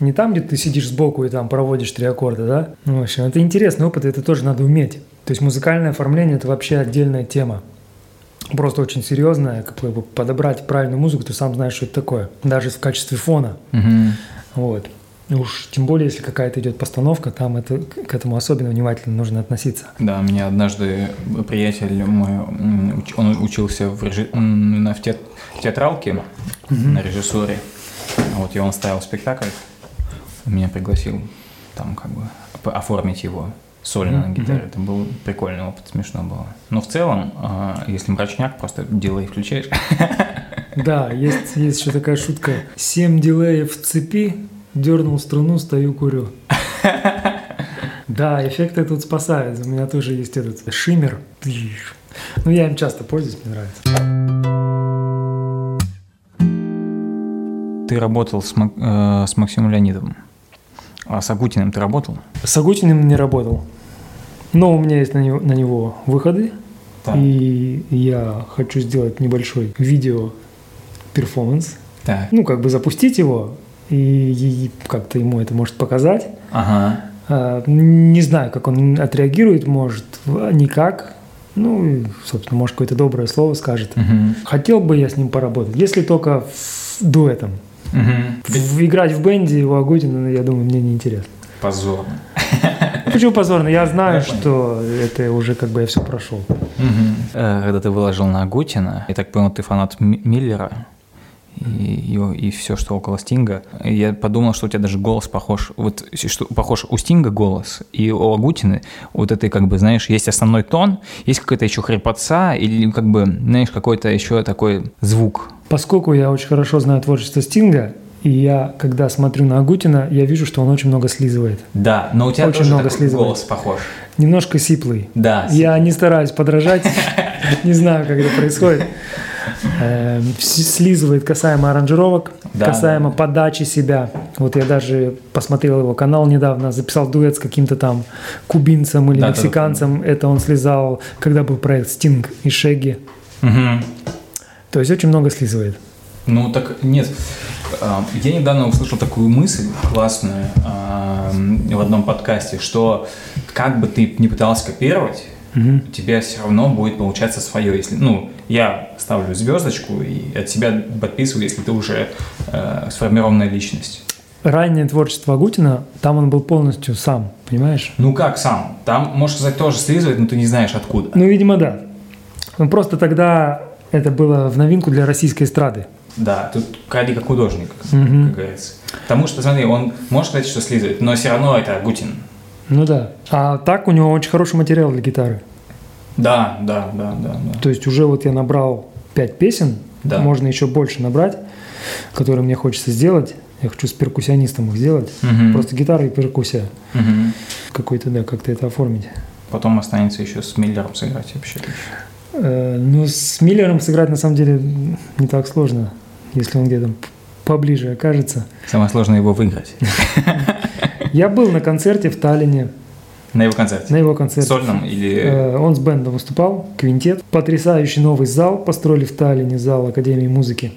Не там, где ты сидишь сбоку и там проводишь три аккорда, да? Ну, в общем, это интересный опыт, и это тоже надо уметь. То есть музыкальное оформление – это вообще отдельная тема. Просто очень серьезная, как бы подобрать правильную музыку, ты сам знаешь, что это такое. Даже в качестве фона. Мгм. Вот. И Уж тем более, если какая-то идет постановка, там это, к к этому особенно внимательно нужно относиться. Да, мне однажды приятель мой, м, уч- он учился в, режи- м, на, в те- в театралке на режиссуре. Вот и он ставил спектакль, меня пригласил там как бы п- оформить его сольно на гитаре. Это был прикольный опыт, смешно было. Но в целом, а, если мрачняк, просто делай и включаешь. Да, есть, есть еще такая шутка. Семь дилеев в цепи, дернул струну, стою, курю. Да, эффекты тут спасают. У меня тоже есть этот шиммер. Ну, я им часто пользуюсь, мне нравится. Ты работал с, Мак- э, с Максимом Леонидовым. А с Агутиным ты работал? С Агутиным не работал. Но у меня есть на него, на него выходы. Да. И я хочу сделать небольшой видео перформанс. Так. Ну, как бы запустить его и, и как-то ему это может показать. Ага. А, Не знаю, как он отреагирует, может, в- никак. Ну, и, собственно, может, какое-то доброе слово скажет. Мгм. Хотел бы я с ним поработать, если только в- дуэтом. Мгм. В- играть в бенде у Агутина, ну, я думаю, мне неинтересно. Позорно. Почему позорно? Я знаю, что это уже как бы я все прошел. Э, Когда ты выложил на Агутина, я так понял, ты фанат М- Миллера и, его- и все, что около Стинга. Я подумал, что у тебя даже голос похож, вот с- что похож у Стинга голос и у Агутины вот этой как бы, знаешь, есть основной тон, есть какая-то еще хрипотца или как бы, знаешь, какой-то еще такой звук. Поскольку я очень хорошо знаю творчество Стинга, и я, когда смотрю на Агутина, я вижу, что он очень много слизывает. Да, но у тебя Очень тоже много такой слизывает. голос похож. Немножко сиплый. Да. Я не стараюсь подражать, не знаю, как это происходит. Эм, с- Слизывает касаемо аранжировок, Да. касаемо подачи себя. Вот я даже посмотрел его канал недавно, записал дуэт с каким-то там кубинцем или Да, да, да. мексиканцем. Это он слезал, когда был проект Стинг и Шеги. Мгм. То есть очень много слизывает. Ну так нет. А, Я недавно услышал такую мысль классную а, в одном подкасте, что как бы ты не пытался копировать, у тебя все равно будет получаться свое. Если, ну, я ставлю звездочку и от себя подписываю, если ты уже э, сформированная личность. Раннее творчество Агутина, там он был полностью сам, понимаешь? Ну как сам? Там, можно сказать, тоже слизывает, но ты не знаешь откуда. Ну, видимо, да. Ну, просто тогда это было в новинку для российской эстрады. Да, тут кради как художник, как, Мгм. как говорится. Потому что, смотри, он может сказать, что слизывает, но все равно это Агутин. Ну да. А так у него очень хороший материал для гитары. Да, да, да, да, да. То есть уже вот я набрал 5 песен, Да. можно еще больше набрать, которые мне хочется сделать. Я хочу с перкуссионистом их сделать. Мгм. Просто гитара и перкуссия. Мгм. Какой-то, да, как-то это оформить. Потом останется еще с Миллером сыграть вообще. Э, Ну, с Миллером сыграть на самом деле не так сложно, если он где-то п- поближе окажется. Самое сложное его выиграть. Я был на концерте в Таллине, На его концерте. на его концерте. Сольном или... Э, Он с бендом выступал, квинтет. Потрясающий новый зал построили в Таллине, зал Академии музыки.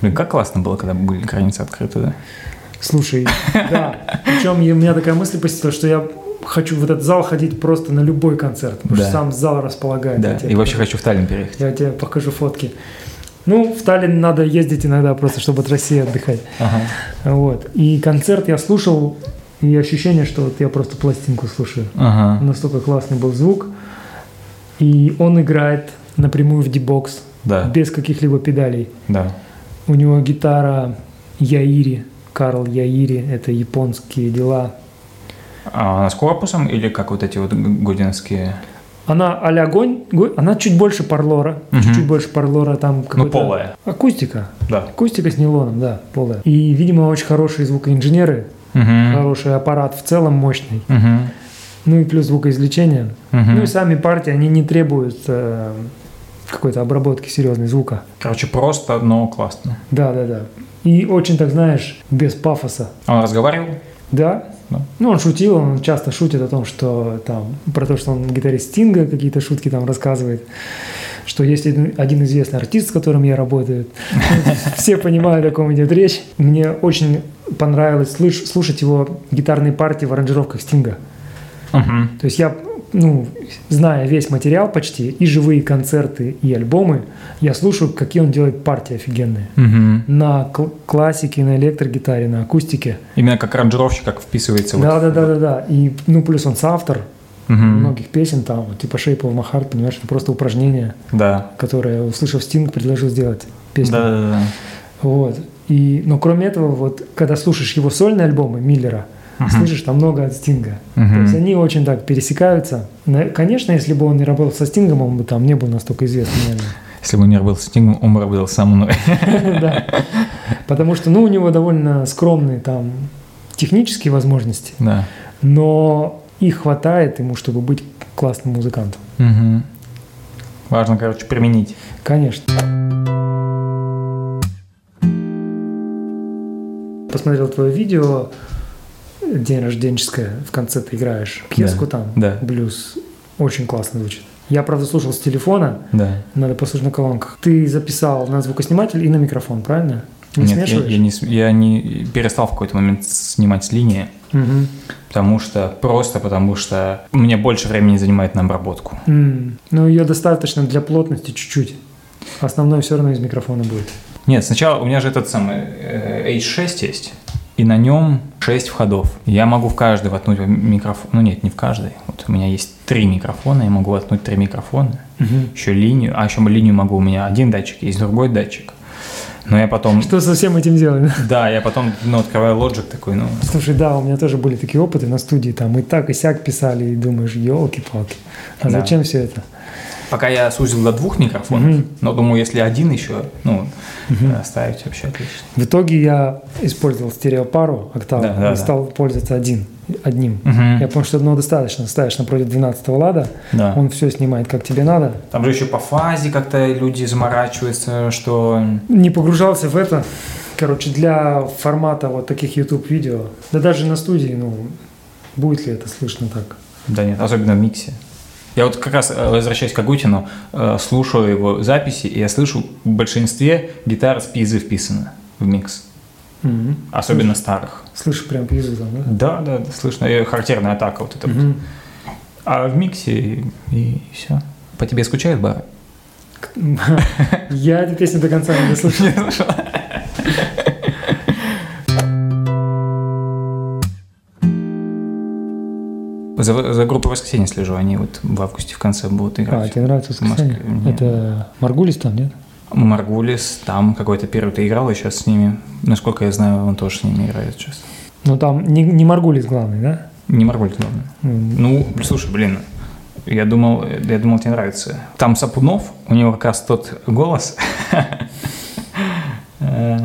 Блин, как классно было, когда были границы открыты, да? Слушай, да. Причем я- у меня такая мысль посетила, что я хочу в этот зал ходить просто на любой концерт, потому Да. что сам зал располагает. Да, Я тебе и вообще покажу- хочу в Таллин переехать. Я тебе покажу фотки. Ну, в Таллин надо ездить иногда просто, чтобы от России отдыхать. Ага. Вот. И концерт я слушал, и ощущение, что вот я просто пластинку слушаю. Ага. Настолько классный был звук. И он играет напрямую в дебокс, Да, без каких-либо педалей. да. У него гитара Яири, Карл Яири, это японские дела. А она с корпусом или как вот эти вот г- гудинские? Она а-ля огонь, го- она чуть больше парлора, Мгм. чуть-чуть больше парлора, там Ну, какой-то... полая. Акустика. Да. Акустика с нейлоном, да, полая. И, видимо, очень хорошие звукоинженеры, Угу. хороший аппарат в целом мощный. Угу. Ну и плюс звукоизвлечение. Ну и Угу. сами партии, они не требуют э, какой-то обработки серьезной звука. Короче, просто, но классно. Да-да-да. И очень, так знаешь, без пафоса. А Он разговаривал? Да. Да. Ну, он шутил, он часто шутит о том, что там, про то, что он гитарист Стинга какие-то шутки там рассказывает, что есть один, один известный артист, с которым я работаю. Все понимают, о ком идет речь. Мне очень понравилось слыш- слушать его гитарные партии в аранжировках Стинга. Мгм. То есть я, ну, зная весь материал почти, и живые концерты, и альбомы, я слушаю, какие он делает партии офигенные. Мгм. На кл- классике, на электрогитаре, на акустике. Именно как аранжировщик, как вписывается. вот Да, Ну, в- да, да, да, да. И ну плюс он соавтор Мгм. многих песен там, вот, типа Shape of My Heart, понимаешь, это просто упражнение, Да. которое, услышав Стинг, предложил сделать песню. Да, да, да. Вот. И, но кроме этого, вот когда слушаешь его сольные альбомы Миллера, слышишь там много от Стинга. Мгм. То есть они очень так пересекаются. На- Конечно, если бы он не работал со Стингом, он бы там не был настолько известным, наверное. Если бы он не работал с Стингом, он бы работал со мной. Да. Потому что, ну, у него довольно скромные там технические возможности, Да. но их хватает ему, чтобы быть классным музыкантом. Мгм. Важно, короче, применить. Конечно. Посмотрел твое видео день рожденческое, в конце ты играешь пьеску Да, там, да. блюз. Очень классно звучит. Я, правда, слушал с телефона, Да. надо послушать на колонках. Ты записал на звукосниматель и на микрофон, правильно? Не Нет, я- смешиваешь? Я, не, с- я не перестал в какой-то момент снимать с линии, Мгм. потому что просто потому что мне больше времени занимает на обработку. М, Ну, ее достаточно для плотности чуть-чуть. Основное все равно из микрофона будет. Нет, сначала у меня же этот самый э, H6 есть, и на нем 6 входов. Я могу в каждый воткнуть микрофон. Ну нет, не в каждый. Вот у меня есть три микрофона, я могу воткнуть три микрофона. Еще линию. А еще линию могу. У меня один датчик есть, другой датчик. Но я потом... Что со всем этим делаем? Да, я потом, ну, открываю Logic такой, ну, Слушай, да, у меня тоже были такие опыты на студии, там и так, и сяк писали, и думаешь, елки-палки, а Да. зачем все это? Пока я сузил до двух микрофонов, Мгм. но думаю, если один еще, ну, оставить вообще отлично. В итоге я использовал стереопару октаву Да, да, да. и стал пользоваться один, одним. Мгм. Я понял, что одного достаточно. Ставишь напротив 12-го лада, Да. он все снимает, как тебе надо. Там же еще по фазе как-то люди заморачиваются, что... Не погружался в это. Короче, для формата вот таких YouTube-видео, да даже на студии, ну, будет ли это слышно так? Да нет, особенно в миксе. Я вот как раз, э, возвращаясь к Агутину, э, слушаю его записи, и я слышу в большинстве гитар с пизы вписаны в микс. Особенно старых. Слышишь прям пьюзу там, да? Да, да, да, слышно. э, Характерная атака вот эта. вот. Мгм. А в миксе и, все. По тебе скучают, Бар? Я эту песню до конца не дослушал. За, за группой «Воскресенье» слежу. Они вот в августе в конце будут А, играть. тебе нравится в Москве? «Воскресенье»? Нет. Это Маргулис там, нет? Маргулис там какой-то первый ты играл, и сейчас с ними, насколько я знаю, он тоже с ними играет сейчас. Ну там не, не Маргулис главный, да? Не Маргулис, главное. М, Ну, слушай, блин, я думал, я думал, тебе нравится. Там Сапунов, у него как раз тот голос, э,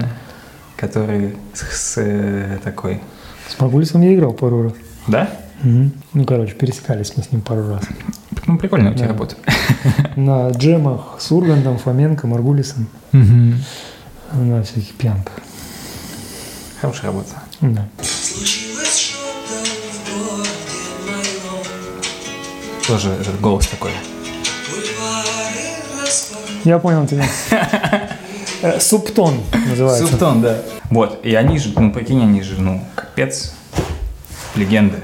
который с- с э, такой, С Маргулисом я играл пару раз. да? Мгм. Ну, короче, пересекались мы с ним пару раз. Ну, прикольно у тебя Да. работа. На джемах с Ургантом, Фоменко, Маргулисом, на всяких пьянках. Хорошая работа. Да. Случилось что-то в городе моем Тоже этот голос такой. Бульвары распахнули Я понял тебя. Э, Субтон называется. Субтон, да. Вот, и они же, ну, прикинь, они же, ну, капец, легенды.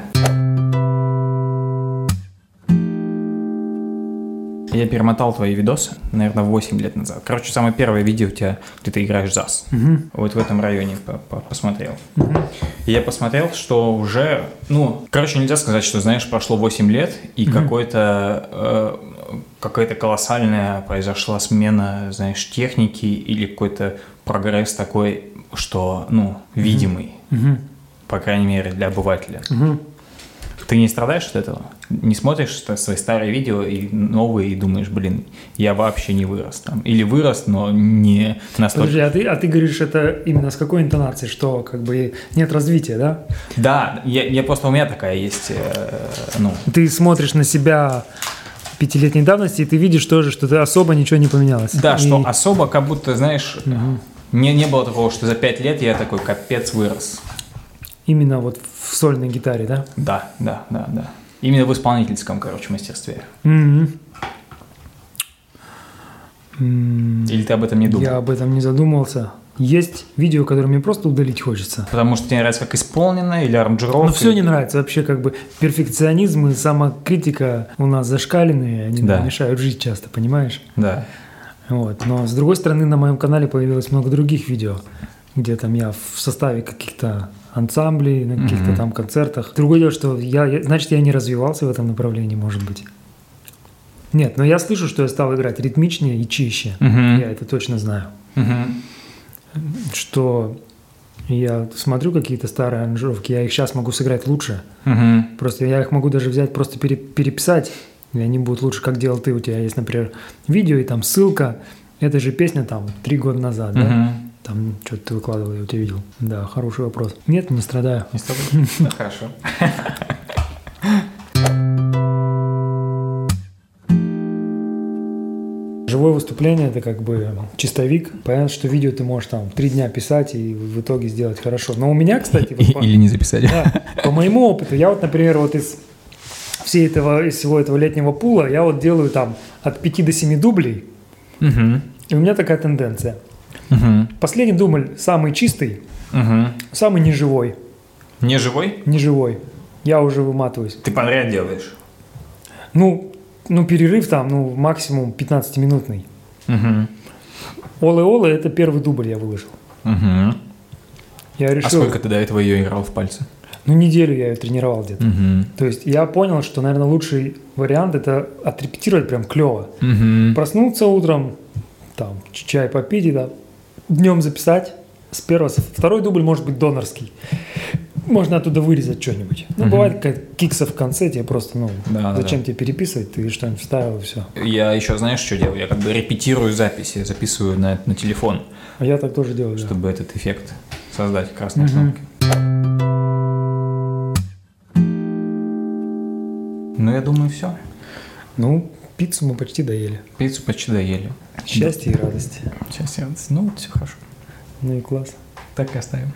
Я перемотал твои видосы, наверное, 8 лет назад. Короче, самое первое видео у тебя, где ты играешь ЗАС. Вот в этом районе по- по- посмотрел. И я посмотрел, что уже, ну, короче, нельзя сказать, что, знаешь, прошло 8 лет, и какой-то, э, какая-то колоссальная произошла смена, знаешь, техники или какой-то прогресс такой, что, ну, видимый, Мгм. по крайней мере, для обывателя. Мгм. Ты не страдаешь от этого? Не смотришь ста- свои старые видео и новые и думаешь, блин, я вообще не вырос там. Или вырос, но не настолько. Подожди, а ты, а ты говоришь это именно с какой интонацией, что как бы нет развития, да? Да, я, я просто у меня такая есть, э, ну, Ты смотришь на себя пятилетней давности, и ты видишь тоже, что ты особо ничего не поменялось. Да, И- что а- особо, как будто, знаешь, не, не было такого, что за пять лет я такой капец вырос. Именно вот в сольной гитаре, да? Да, да, да, да. Именно в исполнительском, короче, мастерстве. Мгм. М, Или ты об этом не думал? Я об этом не задумывался. Есть видео, которое мне просто удалить хочется. Потому что тебе не нравится, как исполнено, или аранжировка? Ну, все не нравится. Вообще, как бы перфекционизм и самокритика у нас зашкаленные, они Да. нам мешают жить часто, понимаешь? Да. Вот. Но с другой стороны, на моем канале появилось много других видео, где там я в составе каких-то ансамблей, на каких-то Мгм. там концертах. Другое дело, что я, я- значит, я не развивался в этом направлении, может быть. Нет, но я слышу, что я стал играть ритмичнее и чище. Мгм. Я это точно знаю. Мгм. Что я смотрю какие-то старые аранжировки, я их сейчас могу сыграть лучше. Мгм. Просто я их могу даже взять, просто пере- переписать, и они будут лучше, как делал ты. У тебя есть, например, видео, и там ссылка. Это же песня там три года назад, да? Мгм. Там что-то ты выкладывал, я у тебя видел. Да, хороший вопрос. Нет, не страдаю. Не с тобой? Да, Хорошо. Живое выступление – это как бы чистовик. Понятно, что видео ты можешь там три дня писать и в итоге сделать хорошо. Но у меня, кстати, вот по- Или не записать. Да, по моему опыту, я вот, например, вот из всей этого, из всего этого летнего пула, я вот делаю там от 5 до 7 дублей, Мгм. и у меня такая тенденция. Мгм. Последний дубль самый чистый, Мгм. самый неживой, Не живой? неживой. Я уже выматываюсь. Ты подряд делаешь. Ну, ну перерыв там, ну, максимум 15-минутный. Мгм. Олы-олы – это первый дубль я выложил. Мгм. Я решил, А сколько ты до этого ее играл в пальцы? ну, неделю я ее тренировал где-то. Мгм. То есть я понял, что, наверное, лучший вариант – это отрепетировать прям клево. Мгм. Проснуться утром, там, ч- чай попить и да, днем записать с первого, со- второй дубль может быть донорский. Можно оттуда вырезать что-нибудь. Ну, Мгм. бывает какая-то кикса в конце, тебе просто, ну, Да, да, зачем тебе переписывать, ты что-нибудь вставил и все. Я еще, знаешь, что делаю? Я как бы репетирую запись, я записываю на, на телефон, А я так тоже делаю. да. чтобы этот эффект создать красной Мгм. кнопки. Ну, я думаю, все. Ну, пиццу мы почти доели. Пиццу почти доели. Счастье и радость. Сейчас я... Ну, все хорошо. Ну и класс. Так и оставим.